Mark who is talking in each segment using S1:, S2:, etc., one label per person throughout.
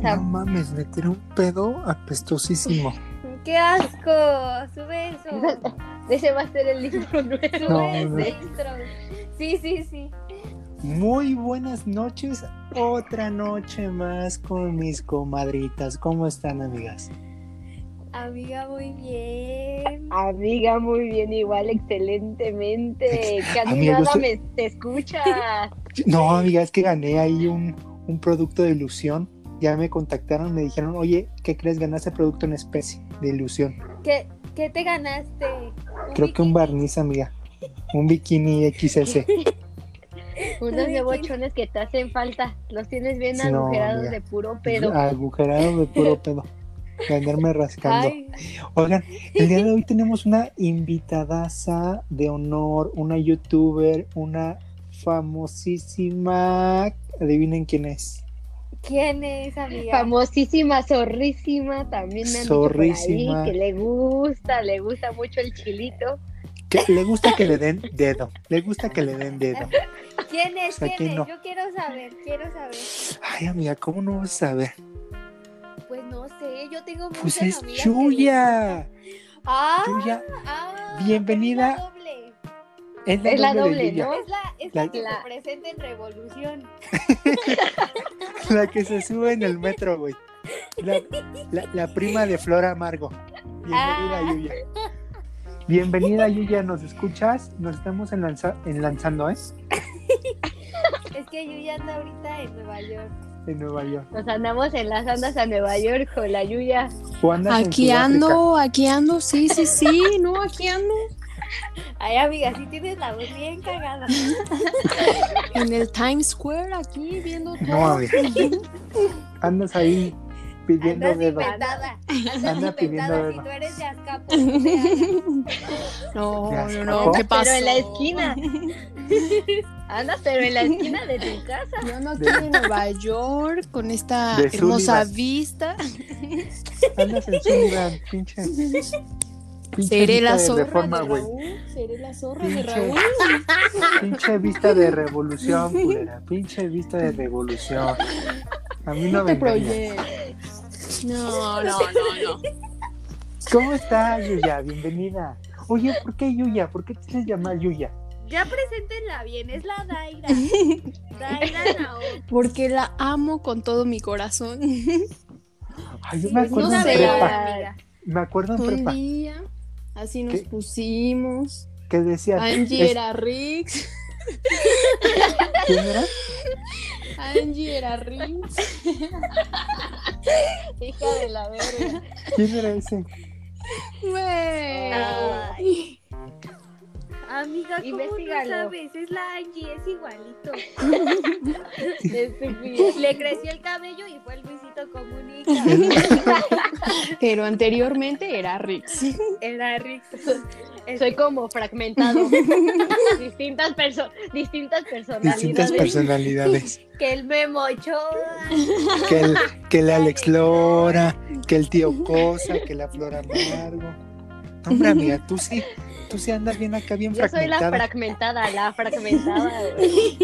S1: sea,
S2: No mames, me tiró un pedo apestosísimo.
S1: ¡Qué asco! Sube eso.
S3: Ese va a ser el libro
S1: Sube
S3: nuevo.
S2: No,
S1: ese
S2: no.
S1: intro. Sí, sí, sí.
S2: Muy buenas noches, otra noche más con mis comadritas. ¿Cómo están, amigas?
S1: Amiga, muy bien.
S3: Amiga, muy bien, igual, excelentemente. Casi
S2: Amiga, yo
S3: nada
S2: soy-
S3: me, te escuchas.
S2: No, amiga, es que gané ahí un, un producto de ilusión. Ya me contactaron, me dijeron, oye, ¿qué crees? Ganaste producto en especie de ilusión.
S1: ¿Qué, qué te ganaste? ¿Un
S2: Creo que un
S1: bikini?
S2: barniz, amiga. Un bikini XS.
S3: Unos
S1: Ay,
S3: nuevos
S1: qué-
S3: chones que te hacen falta. Los tienes bien
S2: Sí, no,
S3: agujerados
S2: amiga. Ah.
S3: de puro pedo.
S2: Agujerado de puro pedo. De andarme rascando.
S1: Ay,
S2: Oigan, el día de hoy tenemos una invitadaza de honor, una youtuber, una famosísima. Adivinen quién es.
S1: ¿quién es, amiga?
S3: Famosísima, zorrísima, también me han dicho por
S2: Zorrísima.
S3: ahí que le gusta, le gusta mucho el chilito.
S2: Que le gusta que le den dedo. Le gusta que le den dedo.
S1: ¿Quién es?
S2: O sea,
S1: ¿Quién,
S2: ¿quién
S1: es?
S2: no?
S1: Yo quiero saber, quiero saber.
S2: Ay, amiga, ¿cómo no vas a saber?
S1: Pues no sé, yo tengo muchas
S2: Pues es
S1: amigas. que les-
S2: Yuya.
S1: Ah,
S2: Yuya
S1: ah,
S2: Bienvenida.
S1: pero es
S2: es la,
S1: la doble.
S3: Es la
S2: doble, de
S3: doble,
S2: Yuya,
S3: ¿no?
S1: Es la, es la
S2: La-
S1: que se
S3: la-
S1: presenta en Revolución.
S2: La que se sube en el metro, güey. La, la- la prima de Flora Amargo. Bienvenida,
S1: Ah.
S2: Yuya. Bienvenida, Yuya. ¿Nos escuchas? Nos estamos enlanza- enlanzando, ¿eh?
S1: Es que Yuya anda ahorita en Nueva York.
S2: En Nueva York.
S3: Nos andamos en las andas a Nueva York con la Yuya.
S2: ¿O andas en
S4: Aquí
S2: Sudáfrica?
S4: ando, aquí ando, sí, sí, sí, no, aquí ando.
S1: Ay, amiga, sí tienes la voz bien cagada.
S4: En el Times Square, aquí viendo todo.
S2: No, amiga. Andas ahí pidiendo
S1: Andas
S2: dedo.
S1: inventada. Andas
S2: Anda pidiendo
S1: inventada. Si
S2: dedo.
S1: tú eres de Azcapo. no te hagas.
S4: No, no,
S2: ¿Cómo?
S4: no, ¿qué pasó?
S3: Pero en la esquina. Andas, pero en la esquina de tu casa.
S4: Yo ando aquí en Nueva York con esta
S2: De
S4: hermosa
S2: Sullivan.
S4: vista.
S2: Andas en Sullivan, pinche. pinche
S4: Seré
S2: vista
S4: la
S2: de
S4: zorra
S2: reforma,
S4: de
S2: güey.
S4: Raúl. Seré la zorra de
S2: Pinche,
S4: Raúl.
S2: pinche vista de revolución, culera. Pinche vista de revolución. A mí no me
S4: Te
S2: engañas.
S4: proyectas. No, no, no, no.
S2: ¿Cómo estás, Yuya? Bienvenida. Oye, ¿por qué Yuya? ¿Por qué te quieres llamar Yuya?
S1: Ya preséntenla bien, es la Daira. Daira Naomi.
S4: Porque la amo con todo mi corazón.
S2: Ay, yo me
S4: Sí,
S2: acuerdo
S4: no
S2: en
S4: sé.
S2: prepa.
S1: amiga.
S2: Me acuerdo en
S4: Un
S2: prepa.
S4: día, así nos
S2: ¿Qué?
S4: pusimos.
S2: Que decías.
S4: Angie
S2: es-
S4: era Rix.
S2: ¿Quién era?
S4: Angie era Rix.
S3: Hija de la verga.
S2: ¿Quién era ese?
S4: Güey.
S1: Ay. Amiga, ¿cómo no
S3: Investígalo.
S1: sabes? Es la Angie, es igualito.
S3: Estúpida.
S1: Le creció el cabello y fue el Luisito Comunica.
S4: Pero anteriormente era Rix.
S1: Era Rix.
S3: Soy como fragmentado. distintas, perso distintas personalidades.
S2: Distintas personalidades.
S1: Que el Memo Ochoa.
S2: que el, que el Alex Lora, que el tío Cosa, que la Flor Amargo. No, Hombre, amiga, tú sí, tú sí andas bien acá, bien
S3: Yo soy la
S2: fragmentada.
S3: fragmentada, la fragmentada, güey.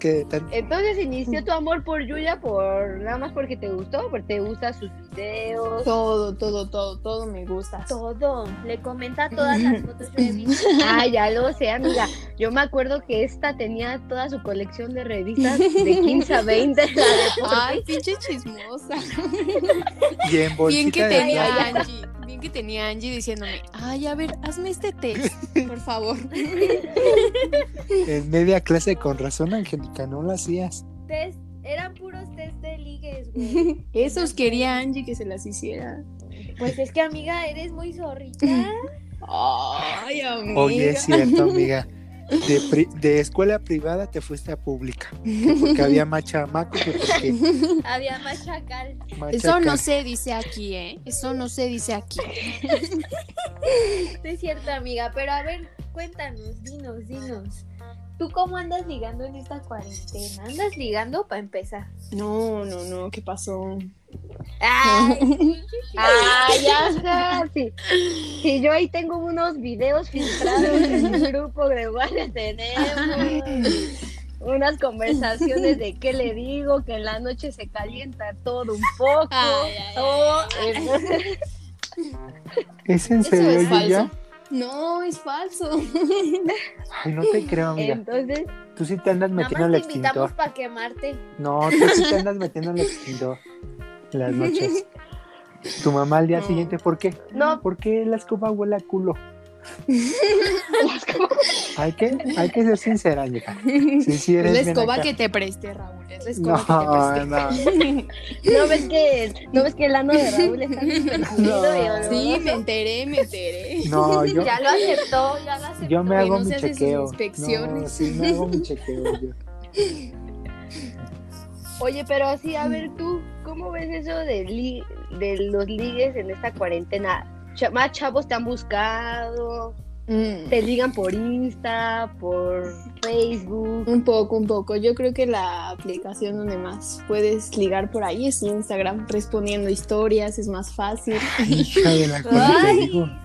S2: que tan-
S3: Entonces inició tu amor por Yuya por nada más porque te gustó, porque te gustan sus videos.
S4: Todo, todo, todo, todo me gusta.
S1: Todo. Le comenta todas las fotos que he visto.
S3: Ah, ya lo sé, amiga. Yo me acuerdo que esta tenía toda su colección de revistas de 15 a 20. la de
S4: Ay, pinche chismosa.
S2: y en bolsita
S4: Bien que
S2: de
S4: tenía
S2: playa.
S4: Angie. Bien que tenía Angie diciéndome, ay, a ver, hazme este test, por favor.
S2: En media clase, con razón, Angélica, no la hacías.
S1: Test. Eran puros test de ligues, güey.
S4: Esos quería Angie que se las hiciera.
S1: Pues es que, amiga, eres muy zorrita.
S4: Ay, amiga.
S2: Oye, es cierto, amiga. De, pri- de escuela privada te fuiste a pública. que Porque había más chamaco que porque
S1: Había más chacal.
S2: más
S4: Eso no
S2: chacal.
S4: se dice aquí, ¿eh? Eso no se dice aquí.
S1: No es cierto, amiga. Pero a ver, cuéntanos, dinos, dinos. ¿Tú cómo andas ligando en esta cuarentena? ¿Andas ligando para empezar?
S4: No, no, no, ¿qué pasó?
S1: Ay,
S3: Ah, ya sé. Sí. Sí, yo ahí tengo unos videos filtrados en mi grupo de igual tenemos. unas conversaciones de qué le digo, que en la noche se calienta todo un poco.
S4: Ay, ay,
S3: Oh,
S2: ¿Es en
S4: Eso es
S2: serio, Yuya?
S4: falso. No, es falso.
S2: Ay, no te creo, amiga.
S3: entonces,
S2: Tú sí te andas
S1: Nada
S2: metiendo
S1: más
S2: al
S1: te invitamos
S2: extintor.
S1: para quemarte.
S2: No, tú sí te andas metiendo al extintor las noches. Tu mamá al día
S4: No.
S2: siguiente, ¿por qué?
S3: no,
S2: ¿Por qué la escoba huele a culo? hay, que, hay que ser sincera, hija. Sí, sí
S4: Es
S2: eres
S4: la
S2: bien
S4: escoba
S2: acá.
S4: que te preste, Raúl. Es la
S2: No,
S4: escoba que te
S2: no.
S4: preste.
S3: no ves que, no ves que el ano de Raúl está súper
S2: No.
S3: hundido y oloroso?
S4: Sí, me enteré, me enteré.
S2: No, yo,
S1: Ya lo aceptó, ya lo aceptó.
S2: yo me
S4: Porque
S2: hago
S4: no
S2: mi
S4: se hace sus
S2: chequeo.
S4: inspecciones.
S2: No, sí, me hago mi chequeo yo.
S3: Oye, pero así, a ver tú, ¿cómo ves eso de, li- de los ligues en esta cuarentena? Cha- más chavos te han buscado,
S4: Mm,
S3: te ligan por Insta, por Facebook.
S4: Un poco, un poco. Yo creo que la aplicación donde más puedes ligar por ahí es Instagram, respondiendo historias, es más fácil.
S2: Hija de la cual te
S1: Ay,
S2: digo.
S1: Tom,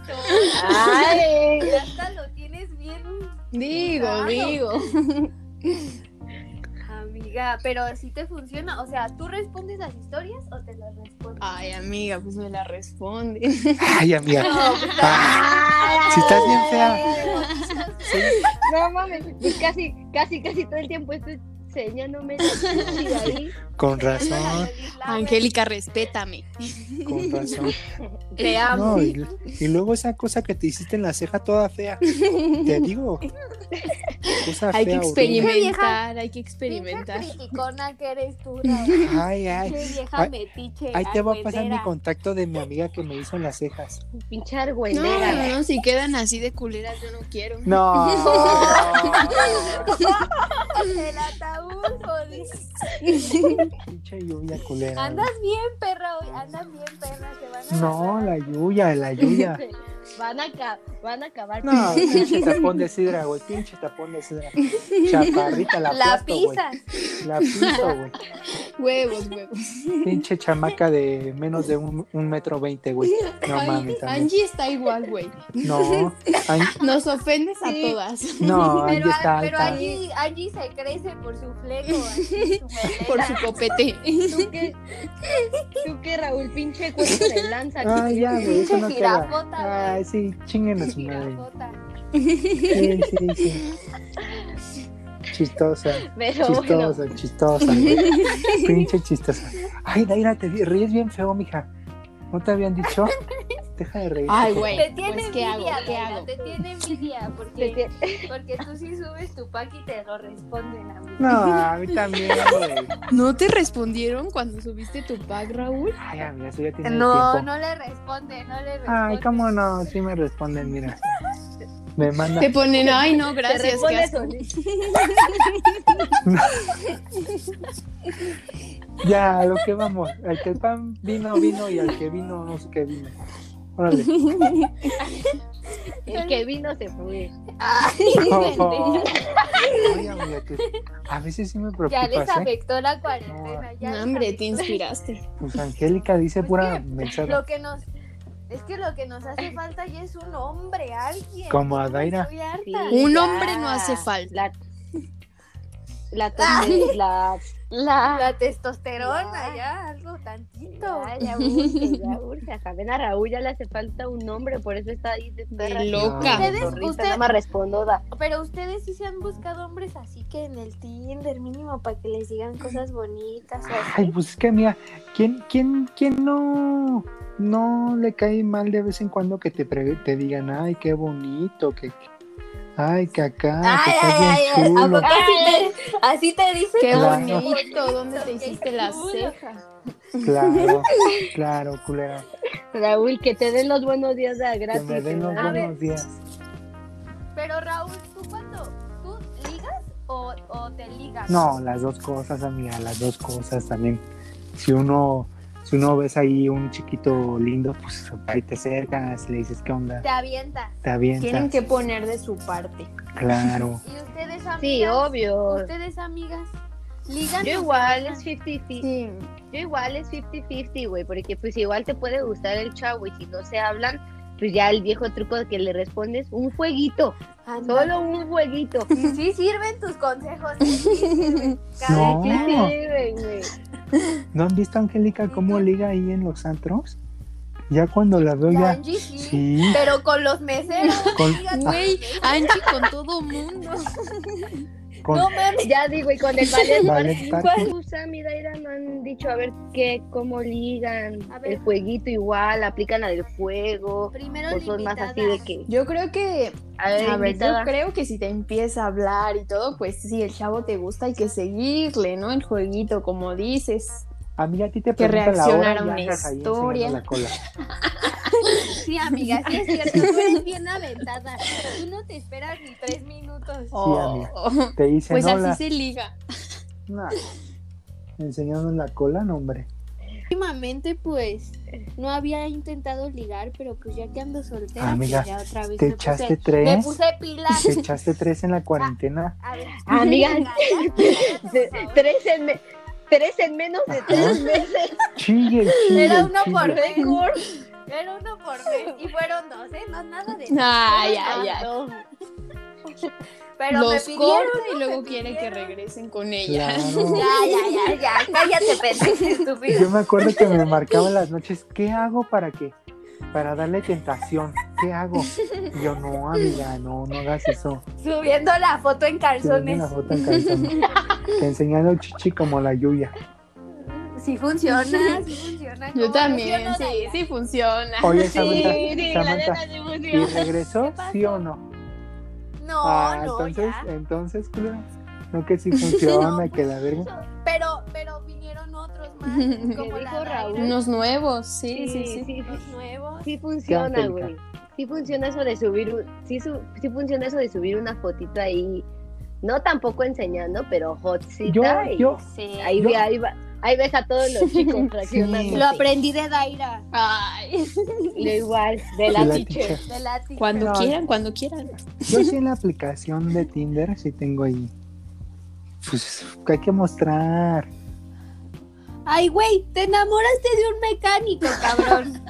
S3: ¡Ay!
S1: hasta lo tienes bien.
S4: Digo,
S1: Claro.
S4: digo.
S1: Amiga, pero si te funciona, o sea, ¿tú respondes las historias o te las respondes?
S4: Ay, amiga, pues me la responde.
S2: Ay, amiga. Ah, si estás bien fea. sí,
S3: No mames, pues casi, casi, casi todo el tiempo estoy enseñándome la ahí.
S2: con razón,
S4: Angélica, respétame.
S2: con razón.
S3: Te
S4: Ah,
S3: amo.
S2: No, y, y luego esa cosa que te hiciste en la ceja toda fea. Te digo. Cosa
S4: Hay que
S2: fea, horrible.
S4: experimentar, hay que
S1: Pinche
S4: experimentar.
S1: criticona que eres tú, Raúl.
S2: Ay,
S1: Qué
S2: ay.
S1: vieja
S2: Ay,
S1: metiche.
S2: Ahí te voy a pasar mi
S1: albuendera.
S2: contacto de mi amiga que me hizo en las cejas.
S3: Pinche
S4: No, no,
S3: argüendera.
S4: no, si quedan así de culeras, yo no quiero.
S2: No.
S1: El ataúd, joder.
S2: Pinche lluvia culera.
S1: Andas bien, perra, hoy. Andas bien, perra. Te van a
S2: No,
S1: matar.
S2: la lluvia, la lluvia.
S3: Van a, ca- van a acabar.
S2: No, pinche tapón de sidra, güey. Pinche tapón de sidra. Chaparrita, la,
S1: la
S2: aplasto, güey.
S1: pisas.
S2: La piso, güey.
S4: Huevos, huevos.
S2: Pinche chamaca de menos de un, un metro veinte, güey. No
S4: Ay,
S2: mames, también.
S4: Angie está igual, güey.
S2: No, An-
S4: Nos ofendes a
S1: Sí.
S4: todas.
S2: no, Angie
S1: Pero,
S2: está
S1: pero
S2: alta.
S1: Angie, Angie se crece por su fleco. así, su
S4: Por
S1: melena.
S4: su copete.
S3: ¿Tú qué? ¿Tú qué, Raúl? Pinche cuerpo de lanza.
S2: Ay, ya, güey, eso
S1: Pinche
S2: no queda.
S1: jirafota, güey.
S2: Ay, sí, chinguen a su madre.
S1: Jirafota.
S2: Sí, sí, sí. Chistosa,
S3: Pero bueno,
S2: chistosa, chistosa, güey. Pinche chistosa. Ay, Daira, te vi- ríes bien feo, mija. ¿No te habían dicho? Deja de reír.
S4: Ay, güey.
S1: Te tiene
S4: Pues, ¿Qué
S1: envidia,
S4: hago? ¿Qué
S1: Laila,
S4: hago?
S1: te tiene envidia
S3: te
S1: porque,
S3: tie-
S1: porque tú sí subes tu pack y te lo responden a mí.
S2: No, a mí también, güey.
S4: ¿No te respondieron cuando subiste tu pack, Raúl?
S2: Ay, amiga, eso ya tiene
S1: No,
S2: tiempo.
S1: no le responde, no le responde.
S2: Ay, cómo no, sí me responden, mira. Me manda.
S4: Te ponen, ay, no,
S3: te
S4: gracias. qué
S3: responde
S4: asco".
S3: solito.
S2: Ya, a lo que vamos. Al que el pan vino, vino y al que vino, no sé qué vino. Órale.
S3: El que vino se fue.
S1: Ay,
S2: Oh. Oye, amiga, que a veces sí me
S1: ya
S2: preocupas,
S1: les
S2: ¿eh?
S1: afectó la cuarentena. ya
S4: No,
S1: les
S4: hombre,
S1: afectó.
S4: te inspiraste.
S2: Pues Angélica dice
S1: Pues
S2: pura
S1: sí,
S2: mensaje.
S1: Lo que nos es que lo que nos hace falta ya es un hombre, alguien.
S2: Como a Daira.
S1: Estoy harta.
S3: Sí,
S4: Un
S3: ya.
S4: hombre no hace falta.
S3: La, la, tome- la, la,
S1: La testosterona, ya,
S3: Ya.
S1: algo tantito.
S3: Ya, ya urge, ya urge. Acá ven a Raúl ya le hace falta un hombre, por eso está ahí de perra.
S4: De loca.
S2: No.
S1: Ustedes-
S3: Zorrita,
S1: usted-
S3: nada más respondo, da.
S1: Pero ustedes sí se han buscado hombres así que en el Tinder mínimo para que les digan cosas bonitas o
S2: Ay,
S1: así.
S2: pues es que, mira, ¿quién, quién, quién no, no le cae mal de vez en cuando que te, pre- te digan, ay, qué bonito, que, ay, que acá, que estás bien
S1: ¿a
S2: chulo?
S1: poco así te, así te dicen?
S4: Qué
S2: Claro.
S4: bonito, ¿dónde te hiciste la
S1: Qué chulo.
S4: ceja?
S2: Claro, claro, culera.
S3: Raúl, que te den los buenos días de
S2: Que
S3: gratis.
S2: me den los
S1: A ver.
S2: buenos días.
S1: Pero Raúl, ¿tú cuándo? ¿Tú ligas o, o te ligas?
S2: No, las dos cosas, amiga, las dos cosas también. Si uno, si uno ves ahí un chiquito lindo, pues ahí te acercas, le dices qué onda,
S1: Te avientas.
S2: te avientas.
S4: que poner de su parte.
S2: Claro.
S1: ¿Y ustedes
S3: Sí,
S1: amigas?
S3: obvio.
S1: Ustedes amigas. Ligan.
S3: Yo
S1: o
S3: igual
S1: se
S3: es 50-50.
S4: Sí.
S3: Yo igual es 50-50, güey, porque pues igual te puede gustar el chavo y si no se hablan, pues ya el viejo truco de que le respondes, un fueguito,
S1: Anda.
S3: solo un fueguito.
S1: Sí sirven tus consejos. sí sirven. Cada
S2: No.
S1: quien
S3: Sí,
S1: tiene-
S3: güey, güey.
S2: ¿No han visto, Angélica, cómo liga ahí en los antros? Ya cuando la veo
S1: La
S2: ya...
S1: Angie sí,
S2: Sí,
S1: Pero con los meseros.
S2: con, ah,
S1: amiga,
S4: Güey, Angie con todo mundo.
S2: con-
S1: No mames.
S3: Ya digo, y con el ballet,
S2: Ballet parking.
S3: Tú, Sam y Daira me han dicho a ver qué, cómo ligan,
S1: A ver.
S3: el fueguito igual, aplican la del fuego,
S1: Primero
S3: o son más
S1: limitada.
S3: así de que,
S4: Yo creo que,
S3: a ver,
S4: a ver, yo
S3: invitada.
S4: creo que si te empieza a hablar y todo, pues sí, el chavo te gusta, hay que seguirle, ¿no? El jueguito, como dices.
S2: Amiga, a ti te
S4: Que
S2: pregunta la hora
S4: reaccionara
S2: y
S4: una
S2: andas ahí
S4: historia.
S2: enseñando la cola.
S1: Sí, amiga, sí es cierto. Tú eres bien aventada. Tú no te esperas ni tres minutos.
S2: amiga. Te dicen
S4: Pues
S2: hola.
S4: así se liga.
S2: Nah, enseñando la cola, no, hombre.
S1: Últimamente, pues, no había intentado ligar, pero pues ya que ando soltera,
S2: Amiga,
S1: pues ya otra vez
S2: Te
S1: me
S2: echaste
S1: puse, me
S2: tres.
S1: puse pilas.
S2: Te echaste tres en la cuarentena.
S1: A ver,
S3: Amiga,
S1: cállate, por favor.
S3: tres, en me- tres en menos de tres meses.
S2: Chille, chille.
S1: Era uno
S2: chille.
S1: por mes. Era uno por mes. Y fueron dos, ¿eh? No, nada de
S4: Ay,
S1: no,
S4: ay, ay.
S1: no. Pero me
S4: Los
S1: pidieron.
S4: corta y
S1: ¿no?
S4: luego
S1: Me
S4: quiere que
S1: pidieron.
S4: regresen con ella.
S2: Claro.
S1: Ya, ya, ya, ya. Cállate, pendejo
S2: Yo
S1: estúpido.
S2: me acuerdo que me marcaba en las noches, ¿qué hago para que Para darle tentación, ¿qué hago? Y yo, no, amiga, no, no hagas eso.
S1: Subiendo la foto en
S2: Te doy
S1: calzones.
S2: una foto en calzones. Te enseñando el chichi como la lluvia.
S1: Sí funciona, sí funciona. ¿Cómo
S4: Yo
S1: no?
S4: también,
S1: ¿Sí o no,
S4: sí,
S1: Daira?
S4: sí funciona.
S2: Oye, Samantha,
S3: sí, la
S2: Samantha,
S3: neta sí
S2: ¿y
S3: funciona.
S2: regresó?
S1: ¿Qué pasó?
S2: ¿Sí o no?
S1: No,
S2: ah,
S1: no,
S2: entonces,
S1: ya.
S2: entonces, culera, no que si funciona,
S1: No,
S2: que
S3: pues,
S2: la verga.
S1: Pero, pero vinieron otros más, como
S3: Que
S1: la
S3: dijo
S1: Daira,
S3: Raúl.
S4: Unos nuevos, sí, sí, sí.
S3: sí,
S1: los nuevos.
S3: sí funciona,
S2: Angélica.
S3: güey. Sí funciona eso de subir, un- sí, su- sí funciona eso de subir una fotito ahí, no tampoco enseñando, pero
S2: Yo,
S3: hotcita. y
S2: yo,
S1: Sí.
S3: ahí,
S2: yo-
S3: ve- ahí, va- ahí ves a todos los chicos reaccionando.
S1: Lo aprendí de Daira,
S4: Ay,
S3: Yo igual, de
S2: de
S3: la
S2: la
S3: teacher.
S1: de la teacher.
S4: cuando
S2: No.
S4: quieran, cuando quieran.
S2: Yo sí en la aplicación de Tinder sí tengo ahí. Pues que hay que mostrar.
S1: Ay, güey, te enamoraste de un mecánico, cabrón.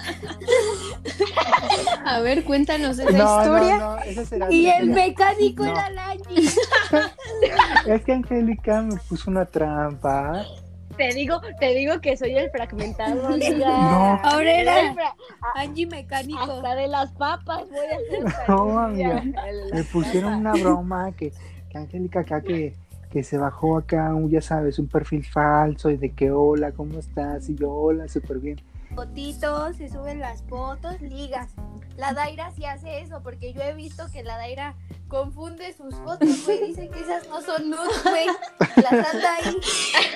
S4: A ver, cuéntanos esa
S2: No,
S4: historia.
S2: no, no, esa será
S1: y
S2: otra
S1: el
S2: historia.
S1: mecánico
S2: No.
S1: era la Angie.
S2: Es que Angélica me puso una trampa.
S3: Te digo, te digo que soy el fragmentado, amiga.
S2: No.
S1: Ahora era-
S3: El fra-
S1: Angie
S4: Ah,
S1: mecánico.
S3: Hasta de las papas voy a hacer.
S2: No,
S3: amiga.
S2: amiga. Me pusieron una broma que, que Angélica acá que, que se bajó acá, un, ya sabes, un perfil falso y de que hola, ¿cómo estás? Y yo, hola, súper bien.
S1: Fotitos, se suben las fotos, ligas. La Daira sí hace eso, porque yo he visto que la Daira confunde sus fotos, güey. Dice que esas no son nudes, güey. Las anda ahí.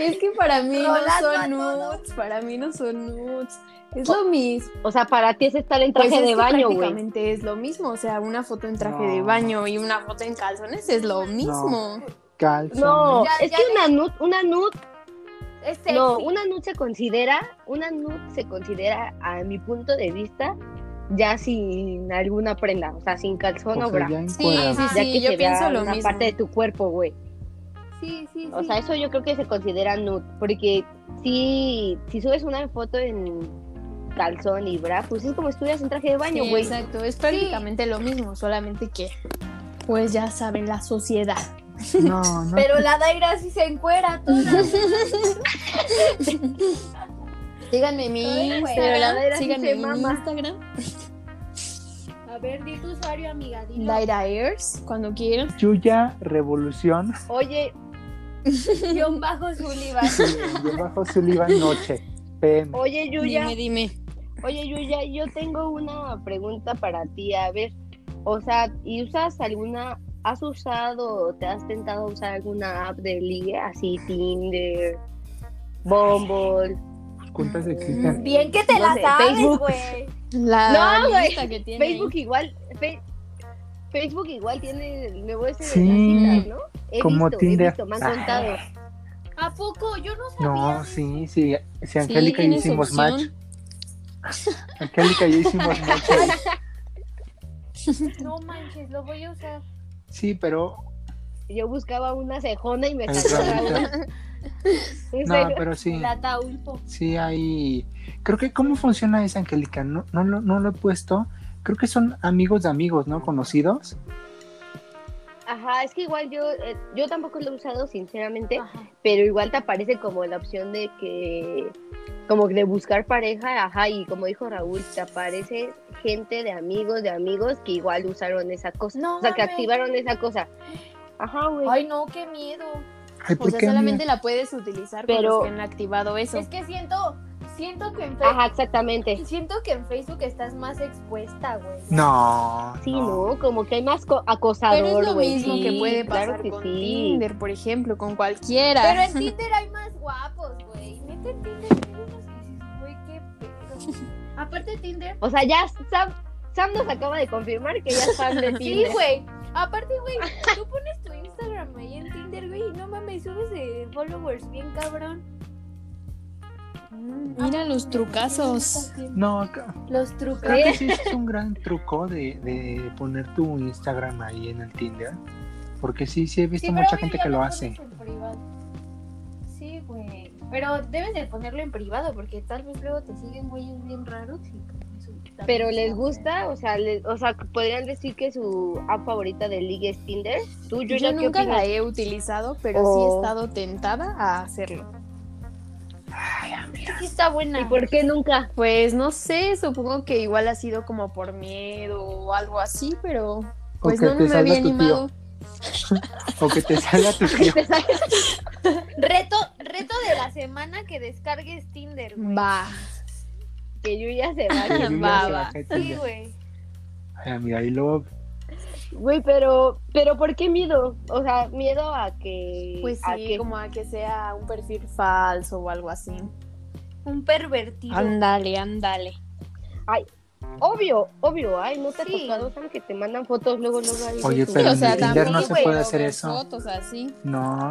S4: Es que para mí no
S1: Rolando a
S4: son
S1: todos.
S4: nudes, para mí no son nudes. Es lo mismo.
S3: O sea, para ti es estar en traje
S4: Pues es
S3: de
S4: que
S3: baño, güey.
S4: prácticamente es lo mismo. O sea, una foto en traje
S2: No.
S4: de baño y una foto en calzones es lo mismo.
S2: Calzo.
S3: No,
S1: Ya-
S3: es
S1: ya
S3: que
S1: le-
S3: una nud, una nud,
S1: Es sexy.
S3: no, una nud se considera, una nud se considera, a mi punto de vista, ya sin alguna prenda, o sea, sin
S2: O
S3: calzón
S2: sea,
S3: o bra.
S2: ya
S4: Sí,
S2: encuadrado.
S4: sí,
S3: ya
S4: sí,
S3: que
S4: yo
S3: se
S4: pienso
S3: vea
S4: lo
S3: una
S4: mismo.
S3: parte de tu cuerpo, güey.
S1: Sí, sí,
S3: O
S1: sí.
S3: sea, eso yo creo que se considera nude, porque si, si subes una foto en calzón y bra, pues es como si estuvieras en traje de baño,
S4: Sí,
S3: güey.
S4: exacto, es prácticamente lo mismo, solamente que, pues ya saben, la sociedad.
S2: No, no.
S1: Pero la Daira sí se encuera toda.
S4: Síganme en mi
S1: Ay, güey.
S3: Pero la
S4: Instagram,
S3: Daira sí
S4: síganme
S3: se
S4: en mi
S3: mama.
S4: Instagram,
S1: A ver, di tu usuario, amiga. Dilo.
S4: Daira Airs, cuando quieran.
S2: Yuya Revolución,
S3: Oye,
S1: Guión bajo Sullivan.
S2: yo bajo Sullivan Noche, PM.
S3: oye, Yuya,
S4: Dime, dime.
S3: oye, Yuya, yo tengo una pregunta para ti, a ver, o sea, ¿y usas alguna, has usado o te has tentado usar alguna app de ligue, así Tinder, Bumble?
S2: ¿Cuántas existen?
S1: Bien que te
S3: No
S1: la
S3: sé,
S1: sabes,
S3: Facebook.
S1: güey.
S4: La
S3: No, güey.
S4: lista que tiene.
S3: Facebook igual, Fe- Facebook igual tiene el nuevo ese de
S2: Sí,
S3: las citas, ¿no? He
S2: como
S3: visto,
S2: Tinder.
S3: he visto, me han contado.
S1: ¿A poco? Yo no sabía.
S2: No, sí, sí. Si
S4: Sí,
S2: Angélica y yo
S4: tienes
S2: hicimos
S4: opción.
S2: match. Angélica y yo hicimos match. ahí.
S1: No manches, lo voy a usar.
S2: Sí, pero. eh,
S3: Yo buscaba una cejona y me
S2: Ay,
S3: salió
S2: Ramita.
S3: una. Un
S2: No,
S3: cejo-
S2: pero sí.
S1: La Taulfo.
S2: Sí, hay. Creo que cómo funciona esa, Angélica. No, no, lo- no lo he puesto, creo que son amigos de amigos, ¿no? Conocidos.
S3: Ajá, es que igual yo, eh, yo tampoco lo he usado sinceramente, pero igual te aparece como la opción de que, como de buscar pareja, ajá, y como dijo Raúl, te aparece gente de amigos de amigos que igual usaron esa cosa,
S1: No
S3: o sea, que
S1: mames.
S3: activaron esa cosa. Ajá, güey.
S1: Ay, no, qué miedo.
S2: Ay,
S4: O
S2: ¿por
S4: sea,
S2: qué a mí?
S4: solamente la puedes utilizar con
S3: Pero-
S4: los que han activado eso.
S1: Es que siento, siento que en Facebook,
S3: Ajá, exactamente.
S1: siento que en Facebook estás más expuesta, güey.
S2: No.
S3: Sí,
S2: no.
S3: ¿no? Como que hay más co- acosador,
S4: Pero es lo
S3: güey.
S4: mismo
S3: Sí,
S4: que puede pasar
S3: claro que
S4: con
S3: sí.
S4: Tinder, por ejemplo, con cualquiera.
S1: Pero en Tinder hay más guapos, güey. Neta, en Tinder hay unos que dices, güey, qué pedo. Aparte Tinder.
S3: O sea, ya Sam, Sam nos acaba de confirmar que ya es fan de
S1: Sí,
S3: Tinder.
S1: güey. Aparte, güey, tú pones tu Instagram ahí en Tinder, güey, y no mames, subes de followers bien cabrón.
S4: Mira los trucazos.
S2: No, ca-
S1: Los trucos.
S2: creo que sí es un gran truco de, de poner tu Instagram ahí en el Tinder. Porque sí, sí he visto
S1: Sí, pero
S2: mucha
S1: obvio
S2: gente
S1: ya
S2: que lo
S1: pones
S2: hace.
S1: en privado. Sí, güey. Pero debes de ponerlo en privado porque tal vez luego te siguen güeyes bien raros. y ponen su-
S3: Pero les gusta, o sea, les- o sea, podrían decir que su app favorita de ligue es Tinder. Tú, yo,
S4: Yo,
S3: ya
S4: nunca la he utilizado, pero sí he
S3: O-
S4: estado tentada a hacerlo.
S1: Sí está buena.
S3: ¿Y por qué nunca?
S4: Pues no sé, supongo que igual ha sido como por miedo o algo así, pero pues
S2: que
S4: no, no
S2: te
S4: me había
S2: salga tu
S4: animado.
S2: O que te salga tu tío.
S1: Reto, reto de la semana que descargues Tinder, güey.
S4: Va.
S3: Que yo ya
S2: que
S3: se va.
S2: Yuya se
S4: va,
S2: baja de
S1: Sí,
S2: Tinder.
S1: güey.
S2: Ay, mira, y luego
S3: Güey, pero, pero ¿por qué miedo? O sea, miedo a que.
S4: Pues
S3: a
S4: sí,
S3: que-
S4: como a que sea un perfil falso o algo así.
S1: Un pervertido.
S4: Ándale, ándale.
S3: Obvio, obvio, ay, no te
S1: Sí.
S3: ha tocado, Sam, que te mandan fotos luego, luego. ahí
S2: Oye,
S3: de
S4: Sí,
S3: tu-
S2: Pero
S4: o sea,
S2: en Tinder
S4: también
S2: no se
S4: güey,
S2: puede
S4: o
S2: hacer
S4: ver
S2: eso.
S4: Fotos así.
S2: no.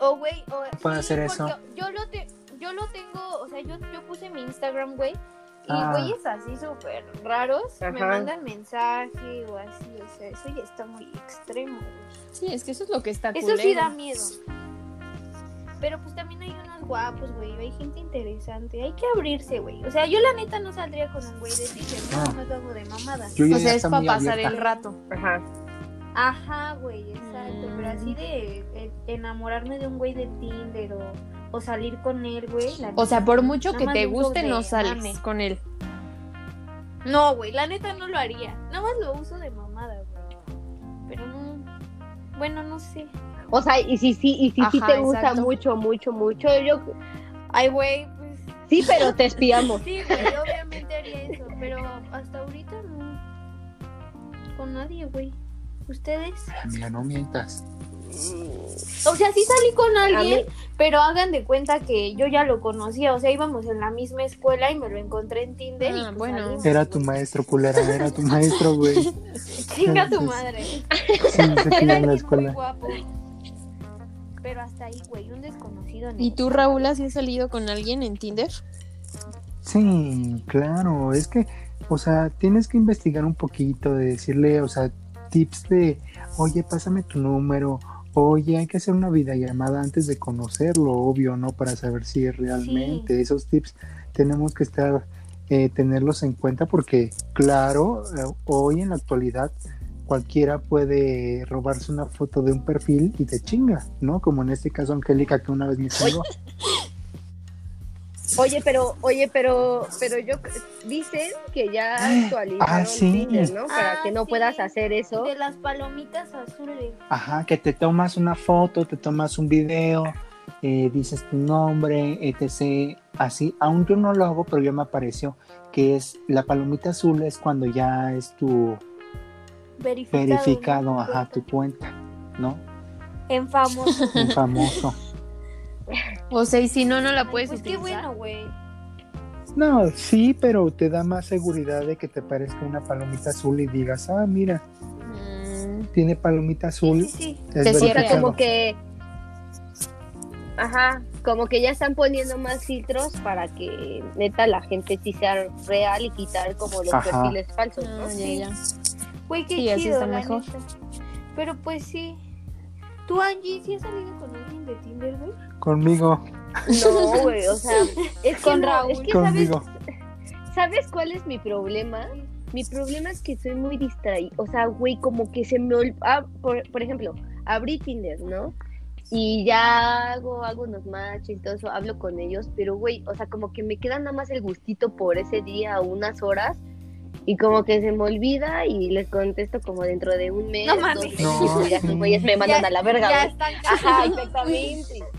S1: O, güey, o...
S2: Puedo hacer
S1: porque
S2: eso.
S1: Yo lo, te- yo lo tengo, o sea, yo, yo puse mi Instagram, güey. Y
S2: Ah.
S1: güeyes así súper raros me
S3: Ajá.
S1: mandan mensaje o así. O sea, eso ya está muy extremo, güey.
S4: Sí, es que eso es lo que está
S1: Eso sí
S4: culero.
S1: da miedo. Pero pues también hay unos guapos, güey. Hay gente interesante. Hay que abrirse, güey. O sea, yo la neta no saldría con un güey de Tinder. No,
S2: No.
S1: no lo hago de mamadas.
S2: Yo ya
S4: O sea, es
S2: está
S4: para
S2: muy
S4: pasar
S2: abierta.
S4: el rato.
S3: Ajá.
S1: Ajá, güey, exacto.
S4: Mm.
S1: Pero así de eh, enamorarme de un güey de Tinder o, o salir con él, güey. la
S4: O sea,
S1: neta,
S4: por mucho
S1: nada
S4: que
S1: más
S4: te
S1: un
S4: guste,
S1: sobre
S4: no sales
S1: mame.
S4: con él.
S1: No, güey, la neta no lo haría. Nada más lo uso de mamada, güey. Pero no. Bueno, no sé.
S3: O sea, y si sí, y si sí
S4: Ajá,
S3: te gusta
S4: exacto.
S3: mucho, mucho, mucho, yo
S1: Ay, güey, pues.
S3: sí, pero te espiamos.
S1: Sí, güey, obviamente haría eso. Pero hasta ahorita no. Con nadie, güey. ¿Ustedes?
S2: Mira, no mientas.
S1: O sea, sí salí con
S3: A
S1: alguien, pero hagan de cuenta que yo ya lo conocía. O sea, íbamos en la misma escuela y me lo encontré en Tinder. y
S4: Ah,
S1: pues
S4: bueno.
S1: salimos,
S2: Era tu
S1: güey.
S2: maestro, culera. Era tu maestro, güey. Sí,
S1: Chinga tu madre.
S2: se
S1: Era
S2: quedó en la
S1: alguien muy
S2: escuela.
S1: guapo. Pero hasta ahí, güey, un desconocido. en
S4: ¿Y
S1: el-
S4: tú, Raúl, has salido con alguien en Tinder?
S2: Sí, claro, es que, o sea, tienes que investigar un poquito, de decirle, o sea, tips de, oye, pásame tu número, oye, hay que hacer una videollamada antes de conocerlo, obvio, ¿no? Para saber si realmente esos tips tenemos que estar, eh, tenerlos en cuenta porque, claro, eh, hoy en la actualidad cualquiera puede robarse una foto de un perfil y te chinga, ¿no? Como en este caso Angélica que una vez me chingó.
S3: Oye, pero, oye, pero, pero yo dicen que ya actualizaron
S2: Ah, sí.
S3: Tinder, ¿no? Para
S1: Ah,
S3: que no
S1: sí.
S3: puedas hacer eso.
S1: De las palomitas azules.
S2: Ajá, que te tomas una foto, te tomas un video, eh, dices tu nombre, etc. Así, aún yo no lo hago, pero ya me apareció que es la palomita azul es cuando ya es tu
S1: Verificado.
S2: verificado,
S1: ¿no?
S2: ajá, tu cuenta, ¿no?
S1: En famoso.
S2: Un famoso.
S4: O sea, y si no, no la puedes
S1: pues qué bueno,
S4: utilizar.
S1: güey.
S2: No, sí, pero te da más seguridad de que te parezca una palomita azul y digas, ah, mira,
S4: Mm,
S2: tiene palomita azul,
S1: Sí, sí,
S2: es
S4: Te
S3: O sea,
S4: sientes
S2: verificado.
S3: como que. Ajá, como que ya están poniendo más filtros para que neta la gente sí sea real y quitar como los
S2: Ajá.
S3: perfiles falsos, ¿no?
S4: ah,
S1: Pues Sí.
S4: ya, ya.
S1: sí. Güey, qué
S4: Sí,
S1: chido,
S4: así está
S1: la
S4: mejor.
S1: neta. Pero pues sí. Tú, Angie, ¿sí has salido con alguien de Tinder, güey?
S2: Conmigo,
S3: No, güey, o sea, es que
S1: Con
S3: no,
S1: Raúl.
S3: es que sabes,
S2: conmigo.
S3: ¿sabes cuál es mi problema? Mi problema es que soy muy distraída. O sea, güey, como que se me olvida. por, por ejemplo, abrí Tinder, ¿no? Y ya hago, hago unos matches y todo eso, hablo con ellos, pero güey, o sea, como que me queda nada más el gustito por ese día, unas horas, y como que se me olvida y les contesto como dentro de un mes,
S1: No
S3: dos
S1: mames.
S3: meses,
S2: No.
S3: y ya esos güeyes me mandan
S1: Ya-
S3: a la verga.
S1: Ya
S3: güey.
S1: están
S3: Ajá,
S1: casados, güey.
S3: exactamente.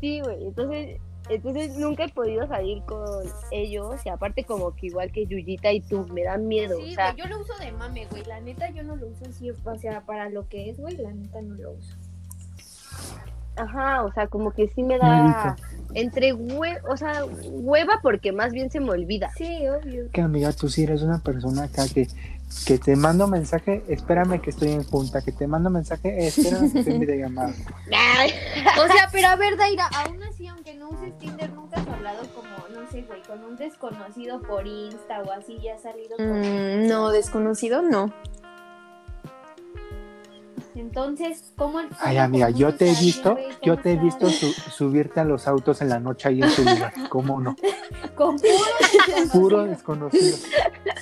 S3: Sí, güey. Entonces, entonces nunca he podido salir con ellos. Y aparte, como que igual que Yuyita y tú, me da miedo.
S1: Sí,
S3: o sea,
S1: güey, yo lo uso de mame, güey. La neta, yo no lo uso así, o sea, para lo que es, güey, la neta no lo uso.
S3: ajá, o sea, como que sí me da. Entre hue o sea, hueva porque más bien se me olvida.
S1: Sí, obvio.
S2: Que amiga, tú sí eres una persona acá que, que te mando mensaje, espérame que estoy en junta, que te mando mensaje, espérame que estoy en videollamada.
S1: O sea, pero a ver, Daira, aún así, aunque no uses Tinder, nunca has hablado como, no sé, güey, con un desconocido por Insta o así, ya has salido con...
S4: Mm, no, desconocido no.
S1: Entonces, ¿cómo... el-
S2: Ay,
S1: cómo
S2: amiga, yo
S1: conoces
S2: te
S1: a
S2: he
S1: alguien,
S2: visto,
S1: güey?
S2: yo
S1: ¿Cómo
S2: te he visto
S1: sabes?
S2: su- subirte a los autos en la noche ahí en tu lugar, ¿cómo no?
S1: Con puro
S2: Puro desconocido.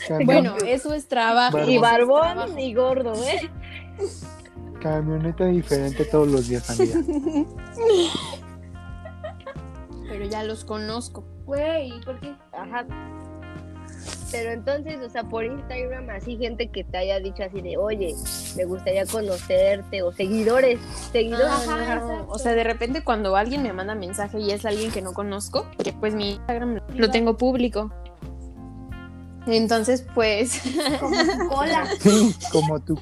S2: Camión-
S4: Bueno, eso es trabajo.
S2: Barbón.
S3: Y barbón
S4: Trabajo.
S3: y gordo, ¿eh?
S2: Camioneta diferente todos los días, amiga.
S4: Pero ya los conozco.
S1: Güey, ¿por qué?
S3: Ajá. Pero entonces, o sea, por Instagram, así gente que te haya dicho así de, oye, me gustaría conocerte, o seguidores, seguidores.
S1: Ajá,
S4: Ah, no.
S1: exacto.
S4: O sea, de repente cuando alguien me manda mensaje y es alguien que no conozco, que pues mi Instagram lo- lo tengo público. Entonces, pues,
S1: Como tu cola.
S2: Sí, como tu,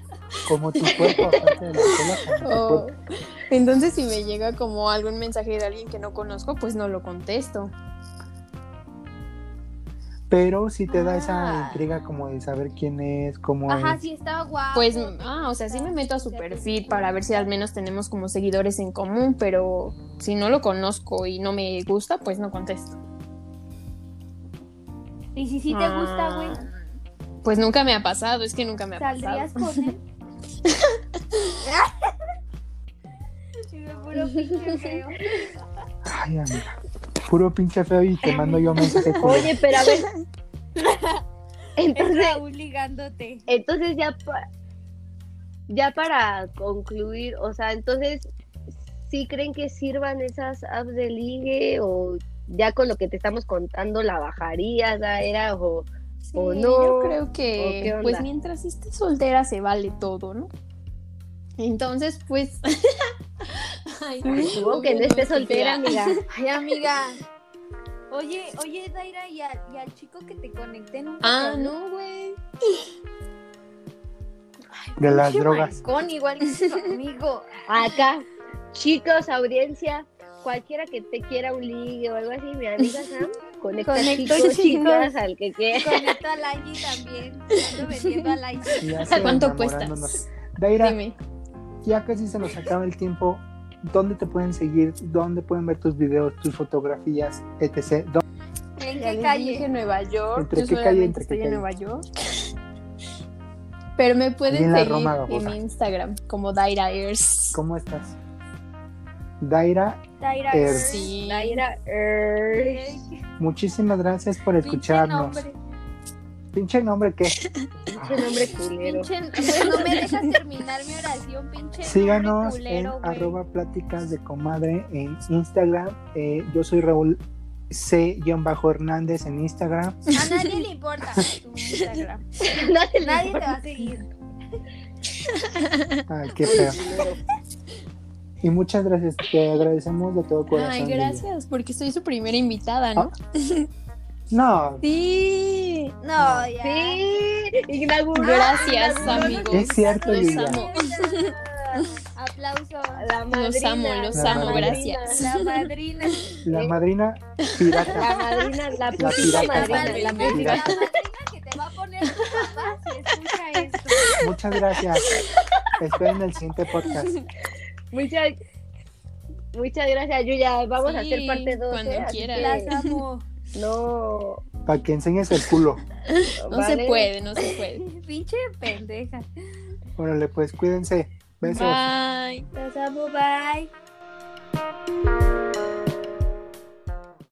S2: como tu cuerpo, aparte de la cola, como tu
S1: Oh.
S4: o-
S2: cuerpo.
S4: entonces si me llega como algún mensaje de alguien que no conozco, pues no lo contesto.
S2: Pero sí te da esa
S1: Ah.
S2: intriga como de saber quién es, cómo
S1: Ajá,
S2: es.
S1: sí está guapo.
S4: Pues, ah, o sea, sí me meto a su perfil para ver si al menos tenemos como seguidores en común, pero si no lo conozco y no me gusta, pues no contesto.
S1: Y si sí te gusta, güey,
S4: Ah. güey? Pues nunca me ha pasado, es que nunca me ha pasado.
S1: ¿saldrías con él? Y me puro pinche feo.
S2: Ay, amiga. Puro pinche feo y te mando yo mensaje como,
S3: Oye, pero a ver.
S1: Es
S3: Entonces,
S1: Raúl ligándote.
S3: entonces ya, pa- ya para concluir, o sea, entonces, ¿sí creen que sirvan esas apps de ligue o ya con lo que te estamos contando la bajarías, era o
S4: Sí,
S3: ¿O no?
S4: Yo creo
S3: ¿O qué
S4: que,
S3: onda?
S4: pues mientras estés soltera se vale todo, ¿no? Entonces, pues. Ay,
S3: supongo que no esté soltera, amiga?
S1: Ay, amiga. Oye, oye, Daira, ¿y al, y al chico que te conecté nunca te
S4: Ah,
S1: habló?
S4: no, güey.
S2: de las
S1: Pinche
S2: drogas.
S1: maricón, igual que conmigo.
S3: Acá, chicos, audiencia, cualquiera que te quiera un ligue o algo así, mi amiga Sam, conecta
S1: Conecto,
S3: chicos, chicas,
S1: chicos.
S3: al que quiera.
S1: Conecto a Laji también. Ando vendiendo a Laji.
S2: Y ya
S4: ¿Hasta
S2: se-
S4: cuánto
S2: enamorándonos.
S4: cuestas?
S2: Daira,
S4: Dime.
S2: ya casi se nos acaba el tiempo. ¿Dónde te pueden seguir? ¿Dónde pueden ver tus videos, tus fotografías, etc.? ¿Dó-
S1: ¿En qué
S4: Ya les dije
S1: calle?
S4: Nueva York.
S2: ¿Entre
S4: yo
S2: qué calle,
S4: solamente
S2: entre qué
S4: estoy en
S2: calle?
S4: Nueva York. Pero me
S2: Ahí en
S4: pueden
S2: la
S4: seguir
S2: Roma
S4: en
S2: Babosa.
S4: mi Instagram como Daira Airs.
S2: ¿Cómo estás? Daira,
S1: Daira.
S2: Eh,
S1: Girls.
S4: Sí.
S3: Daira, er,
S1: Pinche
S2: muchísimas gracias por escucharnos.
S1: nombre.
S2: Pinche nombre que Ah.
S3: pinche nombre culero.
S1: Pinche, güey, no me dejas terminar mi oración, pinche.
S2: síganos
S1: nombre culero,
S2: en
S1: güey.
S2: arroba pláticas de comadre en Instagram. Eh, yo soy Raúl C-Hernández en Instagram.
S1: A nadie le importa tu Instagram.
S3: Nadie le
S1: Nadie te va a seguir.
S2: Ay, qué feo.
S3: culero.
S2: Y muchas gracias, te agradecemos de todo corazón.
S4: Ay,
S2: Lili.
S4: gracias, porque soy su primera invitada, ¿no?
S2: No,
S4: Sí.
S1: No, ya.
S3: Sí, inauguró.
S4: Gracias,
S3: inauguró
S4: amigos.
S2: es cierto,
S4: Los
S2: Lilia.
S4: amo.
S1: Aplausos.
S3: La madrina.
S4: amo, los
S2: La amo,
S3: madrina.
S4: gracias.
S1: La madrina.
S2: La madrina pirata.
S3: La madrina, la
S2: La
S3: putísima
S2: pirata.
S3: madrina, la
S1: La
S3: madrina.
S1: madrina que te va a poner tu papá si escucha esto.
S2: Muchas gracias. Esperen el siguiente podcast.
S3: Muchas, muchas gracias, Yuya. Vamos a hacer
S4: Sí,
S3: parte 2.
S4: cuando quieras.
S1: Las amo.
S3: No,
S2: Para que enseñes el culo.
S4: No
S3: vale.
S4: se puede, no se puede.
S1: Pinche pendeja.
S2: Órale, pues cuídense. Besos.
S4: Bye.
S1: Las amo, bye.